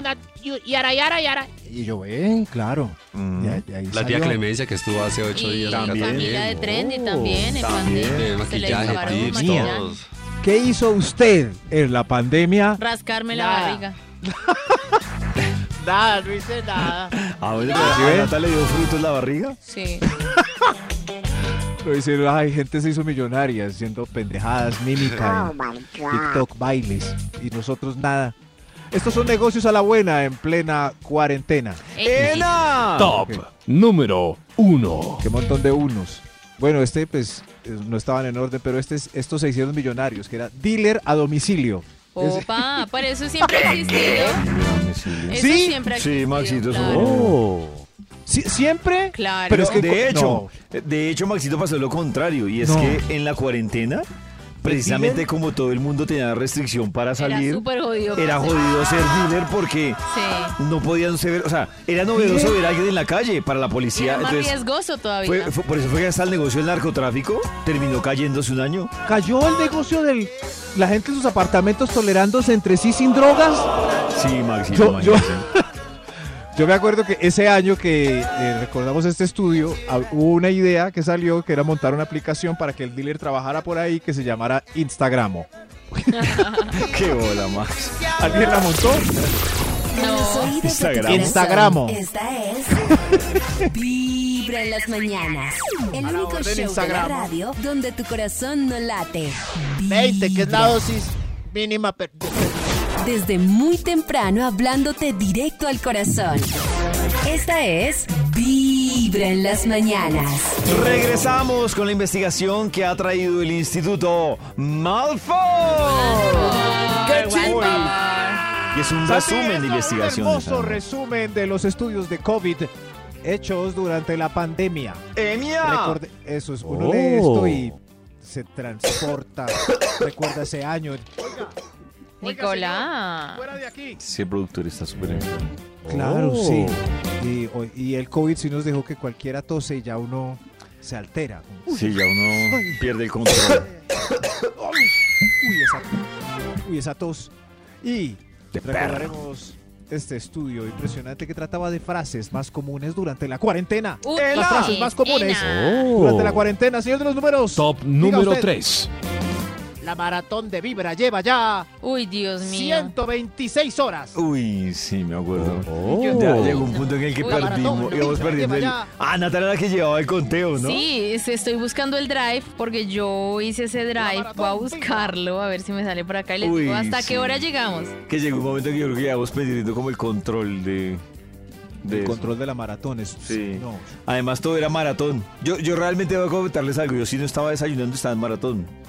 Speaker 5: Claro.
Speaker 7: na- y- yara yara yara.
Speaker 4: y yo ven, claro.
Speaker 2: Mm.
Speaker 4: Y ahí- ahí
Speaker 3: La tía
Speaker 4: salió.
Speaker 3: Clemencia que estuvo hace ocho
Speaker 5: Y
Speaker 3: días acá
Speaker 2: también.
Speaker 5: familia de Trendy Uh, también. en
Speaker 2: también.
Speaker 5: pandemia.
Speaker 3: De
Speaker 5: Se le
Speaker 3: maquillaje,
Speaker 5: disparó
Speaker 3: tips,
Speaker 5: maquillaje.
Speaker 3: todos.
Speaker 4: ¿Qué hizo usted en la pandemia?
Speaker 5: Rascarme la
Speaker 7: Nada.
Speaker 5: barriga.
Speaker 7: Nada, no hice nada.
Speaker 2: Ah, bueno, pero si a Nata le dio frutos la barriga.
Speaker 5: Sí.
Speaker 4: Lo hicieron, ay, gente se hizo millonaria haciendo pendejadas, mímica, y TikTok, bailes y nosotros nada. Estos son negocios a la buena en plena cuarentena. Ah,
Speaker 2: ¡Ena!
Speaker 6: Top número 1.
Speaker 4: Qué montón de unos. Bueno, este pues eh, no estaban en orden, pero este es- estos se hicieron millonarios, que era dealer a domicilio. Es-
Speaker 5: Opa, por eso siempre ha existido. Eso
Speaker 4: ¿Sí?
Speaker 5: siempre ha
Speaker 2: Sí,
Speaker 5: existido.
Speaker 2: Maxito, eso
Speaker 5: claro.
Speaker 3: oh.
Speaker 2: no.
Speaker 4: Sí, siempre
Speaker 5: Claro.
Speaker 4: Pero es que-
Speaker 2: de hecho,
Speaker 4: no.
Speaker 2: de hecho Maxito pasó lo contrario y es
Speaker 4: No.
Speaker 2: que en la cuarentena, precisamente
Speaker 4: dealer?
Speaker 2: como todo el mundo tenía restricción para
Speaker 5: era
Speaker 2: salir,
Speaker 5: súper jodido.
Speaker 2: era
Speaker 5: parce.
Speaker 2: jodido ser dealer porque
Speaker 5: Sí.
Speaker 2: no podían ser, o sea, era novedoso ver a alguien en la calle para la policía.
Speaker 5: Era más
Speaker 2: Entonces,
Speaker 5: riesgoso todavía.
Speaker 2: fue- fue- por eso fue que hasta el negocio del narcotráfico terminó cayéndose un año.
Speaker 4: cayó el negocio del la gente en sus apartamentos tolerándose entre sí sin drogas.
Speaker 2: Sí, Maxito.
Speaker 4: Yo, yo,
Speaker 2: imagínate.
Speaker 4: yo me acuerdo que ese año que eh, recordamos este estudio, ah, hubo una idea que salió que era montar una aplicación para que el dealer trabajara por ahí que se llamara Instagramo.
Speaker 2: Qué bola, Max.
Speaker 4: ¿Alguien la montó?
Speaker 1: Los
Speaker 5: no.
Speaker 1: oídos de tu
Speaker 2: Instagram.
Speaker 1: corazón.
Speaker 4: Instagramo.
Speaker 1: Esta es Vibra en las mañanas. El único
Speaker 7: orden,
Speaker 1: show
Speaker 7: Instagramo.
Speaker 1: de la radio donde tu corazón no late.
Speaker 7: 20, que es la
Speaker 1: Vibra.
Speaker 7: dosis mínima. per-
Speaker 1: Desde muy temprano hablándote directo al corazón. Esta es Vibra en las mañanas.
Speaker 2: Regresamos con la investigación que ha traído el Instituto Malfoy. ¡Qué chido! Y es un resumen de investigación.
Speaker 4: Un hermoso resumen de los estudios de COVID hechos durante la pandemia.
Speaker 2: Eh, ¡Emia!
Speaker 4: Recorde- eso es, uno lee esto y se transporta, recuerda ese año.
Speaker 5: Nicolás.
Speaker 4: Ah. de aquí!
Speaker 2: Ese productor está súper
Speaker 4: Claro, sí. Oh. Y, o- y el COVID sí nos dejó que cualquiera tose y ya uno se altera. Como,
Speaker 2: Sí, ya uno pierde el control.
Speaker 4: Uy, esa, uy, esa tos. Y recordaremos este estudio impresionante que trataba de frases más comunes durante la cuarentena.
Speaker 5: Uy,
Speaker 4: Las frases más comunes
Speaker 5: Ena.
Speaker 4: durante la cuarentena. Señor de los números.
Speaker 6: Top
Speaker 4: Diga
Speaker 6: número
Speaker 4: usted.
Speaker 6: 3.
Speaker 7: La maratón de vibra lleva ya
Speaker 5: Uy, Dios mío.
Speaker 7: 126 horas.
Speaker 2: Uy, sí, me acuerdo. Ya llegó un punto en el que
Speaker 5: Oh. Uy,
Speaker 2: perdimos.
Speaker 7: maratón,
Speaker 2: Íbamos
Speaker 7: no,
Speaker 2: perdiendo el.
Speaker 7: ya.
Speaker 2: Ah, Natalia era la que llevaba el conteo, ¿no?
Speaker 5: Sí, es- estoy buscando el drive porque yo hice ese drive. Voy a buscarlo a ver si me sale por acá. Y les
Speaker 2: Uy,
Speaker 5: digo hasta
Speaker 2: sí.
Speaker 5: qué hora llegamos.
Speaker 2: Que llegó un momento en que yo creo que íbamos perdiendo como el control de. de
Speaker 4: El
Speaker 2: eso.
Speaker 4: control de la maratón es.
Speaker 2: Sí.
Speaker 4: no.
Speaker 2: Además, todo era maratón. Yo, yo realmente voy a comentarles algo. Yo si no estaba desayunando, estaba en maratón.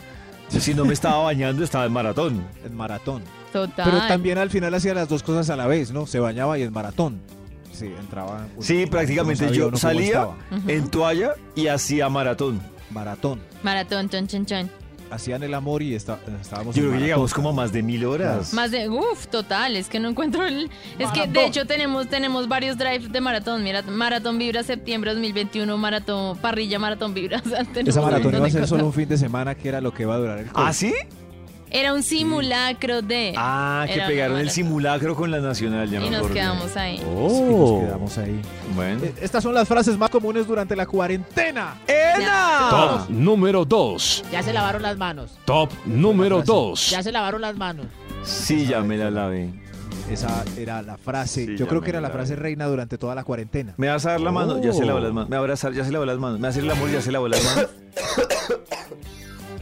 Speaker 2: Yo si no me estaba bañando, estaba en maratón.
Speaker 4: el maratón.
Speaker 5: Total.
Speaker 4: Pero también al final hacía las dos cosas a la vez, ¿no? Se bañaba y el maratón. Sí, entraba. uy,
Speaker 2: Sí,
Speaker 4: no
Speaker 2: prácticamente
Speaker 4: sabía
Speaker 2: yo
Speaker 4: uno cómo
Speaker 2: salía
Speaker 4: estaba.
Speaker 2: en toalla y hacía maratón.
Speaker 4: Maratón.
Speaker 5: Maratón, chon, chon, chon.
Speaker 4: hacían el amor y esta- estábamos.
Speaker 2: Yo creo que
Speaker 4: en maratón.
Speaker 2: llegamos como a más de mil horas.
Speaker 5: Más de, uff, total, es que no encuentro el... Es que
Speaker 7: Maratón.
Speaker 5: de hecho tenemos, tenemos varios drives de maratón. Mira, Maratón Vibra septiembre 2021, Maratón Parrilla, Maratón Vibra. o sea, tenemos
Speaker 4: Esa
Speaker 5: un
Speaker 4: maratón
Speaker 5: montón
Speaker 4: iba a
Speaker 5: de
Speaker 4: ser
Speaker 5: cosas.
Speaker 4: solo un fin de semana, que era lo que iba a durar el
Speaker 2: ¿Ah, sí?
Speaker 5: Era un simulacro de...
Speaker 2: Ah, que
Speaker 5: Eh, Era una
Speaker 2: pegaron el
Speaker 5: maratón.
Speaker 2: simulacro con la nacional. Ya me
Speaker 5: y nos
Speaker 2: acordé. Oh.
Speaker 5: quedamos ahí.
Speaker 4: Oh. Sí, nos quedamos ahí.
Speaker 2: Bueno.
Speaker 4: Eh, Estas son las frases más comunes durante la cuarentena. Ah.
Speaker 6: Top número 2.
Speaker 7: Ya se lavaron las manos.
Speaker 6: Top número 2.
Speaker 7: Ya se lavaron las manos.
Speaker 2: Sí, ya me la lavé.
Speaker 4: Esa era la frase.
Speaker 2: Sí, ya
Speaker 4: Yo creo
Speaker 2: me
Speaker 4: que era la
Speaker 2: la-
Speaker 4: frase reina durante toda la cuarentena.
Speaker 2: ¿Me vas a dar la mano? Ya se lavó
Speaker 4: Oh.
Speaker 2: las manos. ¿Me va a abrazar? Ya se lavó las manos. ¿Me va a hacer el amor? Ya se lavó las manos.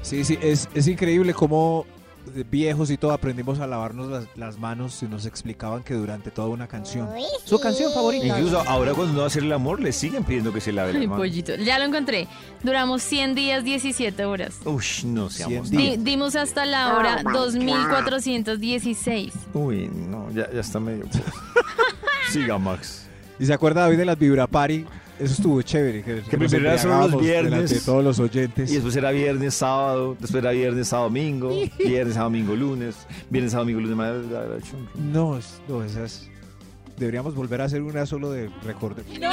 Speaker 4: Sí, sí, es, es increíble cómo de viejos y todo aprendimos a lavarnos las, las manos y nos explicaban que durante toda una canción. Su canción favorita.
Speaker 2: Incluso ahora cuando no va a hacer el amor, le siguen pidiendo que se lave las
Speaker 5: Ay,
Speaker 2: manos.
Speaker 5: pollito. Ya lo encontré. Duramos 100 días, 17 horas.
Speaker 2: Ush, no seamos
Speaker 4: Cien
Speaker 5: Di- dimos hasta
Speaker 7: Ah,
Speaker 5: la hora 2416.
Speaker 2: tan- Uy, no, ya, ya está medio. Siga, Max.
Speaker 4: ¿Y se acuerda David de las Vibra Party? Eso estuvo chévere. Que,
Speaker 2: Que
Speaker 4: nos
Speaker 2: primero eran solo los
Speaker 4: embriagábamos
Speaker 2: viernes.
Speaker 4: delante de todos los oyentes.
Speaker 2: Y después era viernes, sábado, después era viernes, sábado, domingo, viernes, sábado, domingo, lunes, viernes, sábado, domingo, lunes, madre, la- la- la-
Speaker 4: No, es- no, esas. Deberíamos volver a hacer una solo de recorder. ¡No!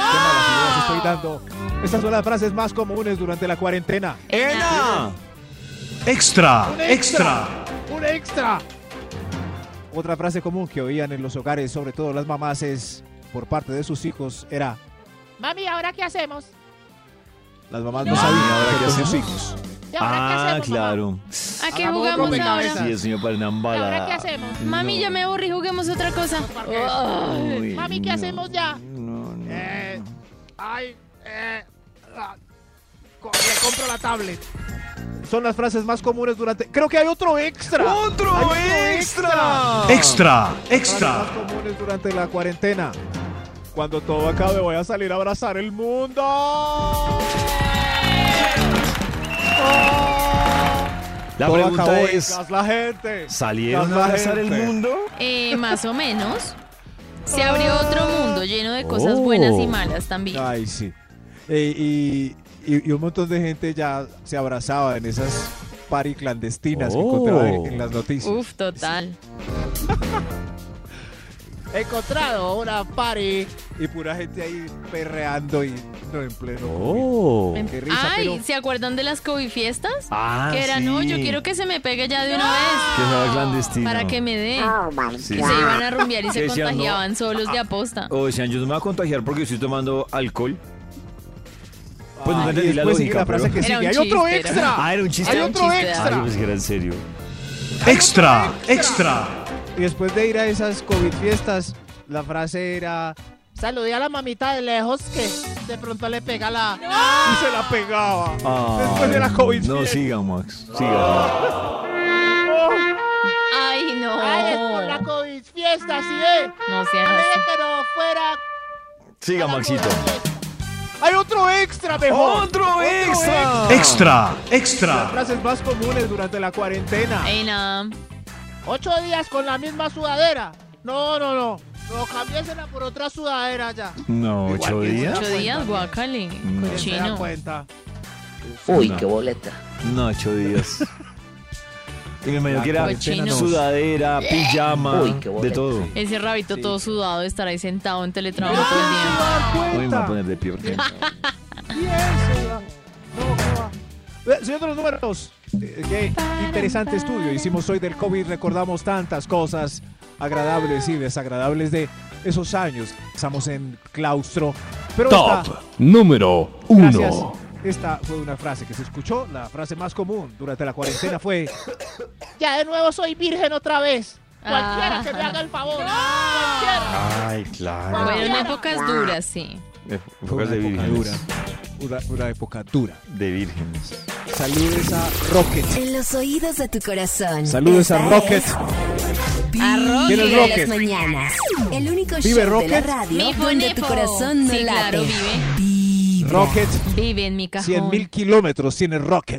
Speaker 4: estoy dando. Estas son las frases más comunes durante la cuarentena.
Speaker 2: ¡Ena!
Speaker 6: Extra, extra.
Speaker 7: ¡Un extra!
Speaker 4: Otra frase común que oían en los hogares, sobre todo las mamás, es por parte de sus hijos, era
Speaker 7: Mami, ¿ahora qué hacemos?
Speaker 4: las mamás no, sabían ahora que sus hijos.
Speaker 7: ¿Y ahora qué
Speaker 2: Ah,
Speaker 7: hacemos, mamá?
Speaker 2: claro.
Speaker 5: ¿A qué
Speaker 7: Hagamos
Speaker 5: jugamos
Speaker 7: rompecabezas.
Speaker 5: ahora?
Speaker 2: Sí, el señor para una
Speaker 7: ¿Y ahora
Speaker 2: embalada.
Speaker 7: qué hacemos?
Speaker 5: Mami, ya me aburrí, juguemos otra cosa. Ay.
Speaker 2: Uy,
Speaker 7: Mami, ¿qué
Speaker 2: no,
Speaker 7: hacemos ya?
Speaker 2: No, no.
Speaker 7: Eh, ay, eh, ah, co- le compro la tablet.
Speaker 4: Son las frases más comunes durante. Creo que hay otro extra.
Speaker 2: ¡Otro
Speaker 4: Hay otro
Speaker 2: extra!
Speaker 6: Extra,
Speaker 4: Frases más comunes durante la cuarentena. Cuando todo acabe, voy a salir a abrazar el mundo.
Speaker 2: La
Speaker 4: Todo acabó
Speaker 2: pregunta
Speaker 4: y
Speaker 2: es,
Speaker 4: tras la gente.
Speaker 2: ¿salieron a
Speaker 4: tras la
Speaker 2: abrazar el
Speaker 4: gente.
Speaker 2: mundo?
Speaker 5: Eh, más o menos. Se abrió otro mundo lleno de cosas buenas y malas también.
Speaker 4: Oh. Ay, sí. Eh, y, y- y un montón de gente ya se abrazaba en esas party clandestinas que encontraba en, en las noticias.
Speaker 5: Uf, total.
Speaker 7: He encontrado una party.
Speaker 4: Y pura gente ahí perreando y no, en pleno.
Speaker 2: Oh.
Speaker 4: COVID. Oh, Qué risa,
Speaker 5: Ay,
Speaker 4: pero-
Speaker 5: ¿se acuerdan de las COVID fiestas?
Speaker 2: Ah,
Speaker 5: que eran,
Speaker 2: sí.
Speaker 5: no, yo quiero que se me pegue ya de una
Speaker 2: Que
Speaker 5: vez.
Speaker 2: estaba clandestino.
Speaker 5: Para que me dé.
Speaker 7: Ah,
Speaker 2: Sí.
Speaker 5: Y se iban a rumbear y
Speaker 2: Que
Speaker 5: se
Speaker 2: decían, no.
Speaker 5: contagiaban solos de aposta.
Speaker 2: O decían, yo no me voy a contagiar porque estoy tomando alcohol. Pues no
Speaker 4: Ah,
Speaker 2: entendí
Speaker 4: y
Speaker 2: la
Speaker 4: después sigue
Speaker 2: lógica,
Speaker 4: la frase
Speaker 2: pero-
Speaker 4: que
Speaker 5: Era
Speaker 4: sigue.
Speaker 5: un
Speaker 4: Hay otro
Speaker 5: chiste, era-
Speaker 4: extra.
Speaker 2: Ah, era un chiste.
Speaker 5: Era un chiste,
Speaker 2: Ah, yo pensé que era en serio.
Speaker 6: extra, extra.
Speaker 4: Y después de ir a esas COVID fiestas, la frase era.
Speaker 7: Saludé a la mamita de lejos que de pronto le pega la...
Speaker 4: Y se la pegaba.
Speaker 2: Ah,
Speaker 4: después de la COVID.
Speaker 2: No, siga, Max. Siga.
Speaker 5: Ay, no.
Speaker 7: Ay, es Ah. por la COVID fiesta, sí, eh.
Speaker 5: No sean
Speaker 7: Dije
Speaker 5: así.
Speaker 7: que no fuera...
Speaker 2: Siga, Maxito.
Speaker 4: Hay otro extra, mejor.
Speaker 2: ¡Otro extra!
Speaker 6: Extra, extra.
Speaker 4: Frases más comunes durante la
Speaker 7: Ah.
Speaker 4: cuarentena.
Speaker 5: Ey, nada.
Speaker 7: Ocho días con la misma sudadera. No, no, no. No, cambiésela por otra sudadera ya.
Speaker 2: No, ocho días.
Speaker 5: Ocho días, guacale.
Speaker 2: No.
Speaker 7: Se Mm. da
Speaker 5: Cochino.
Speaker 7: cuenta.
Speaker 2: Uy, qué boleta. No, ocho días. Y me imagino que era
Speaker 5: Cochino. Eh.
Speaker 2: sudadera, pijama, de todo.
Speaker 5: Ese rabito todo sudado de estar ahí sentado en teletrabajo todo el día.
Speaker 2: Hoy me voy a
Speaker 4: Cuenta.
Speaker 2: poner de pie. porque-
Speaker 4: Eh, Señor de los números, eh, qué interesante estudio hicimos hoy del COVID. Recordamos tantas cosas agradables y desagradables de esos años. Estamos en claustro. Pero esta,
Speaker 6: Top número
Speaker 4: gracias,
Speaker 6: 1.
Speaker 4: esta fue una frase que se escuchó. La frase más común durante la cuarentena fue:
Speaker 7: Ya de nuevo soy virgen otra vez. Cualquiera que me
Speaker 5: Ah.
Speaker 7: haga el favor. Cualquiera.
Speaker 2: Ay,
Speaker 7: Ah.
Speaker 2: claro.
Speaker 5: Bueno, en épocas duras, sí.
Speaker 4: fue
Speaker 2: Épocas
Speaker 4: una
Speaker 2: de
Speaker 4: época dura.
Speaker 2: vírgenes.
Speaker 4: Una, una época dura.
Speaker 2: De vírgenes.
Speaker 4: Saludes a Rocket.
Speaker 1: En los oídos de tu corazón.
Speaker 4: Saludos a
Speaker 1: Esta
Speaker 4: Rocket.
Speaker 1: es
Speaker 5: A Rocket.
Speaker 1: Vibra
Speaker 4: ¿Quién es
Speaker 1: en las
Speaker 4: Rocket?
Speaker 1: mañanas. El único
Speaker 4: ¿Vive
Speaker 1: show de la
Speaker 4: Rocket?
Speaker 1: radio
Speaker 5: Mifo,
Speaker 1: donde tu
Speaker 5: Nifo.
Speaker 1: corazón no
Speaker 5: Sí,
Speaker 1: late.
Speaker 5: claro, vive.
Speaker 1: Vibra.
Speaker 4: Rocket.
Speaker 5: Vive en mi cajón.
Speaker 4: 100 mil kilómetros tiene Rocket.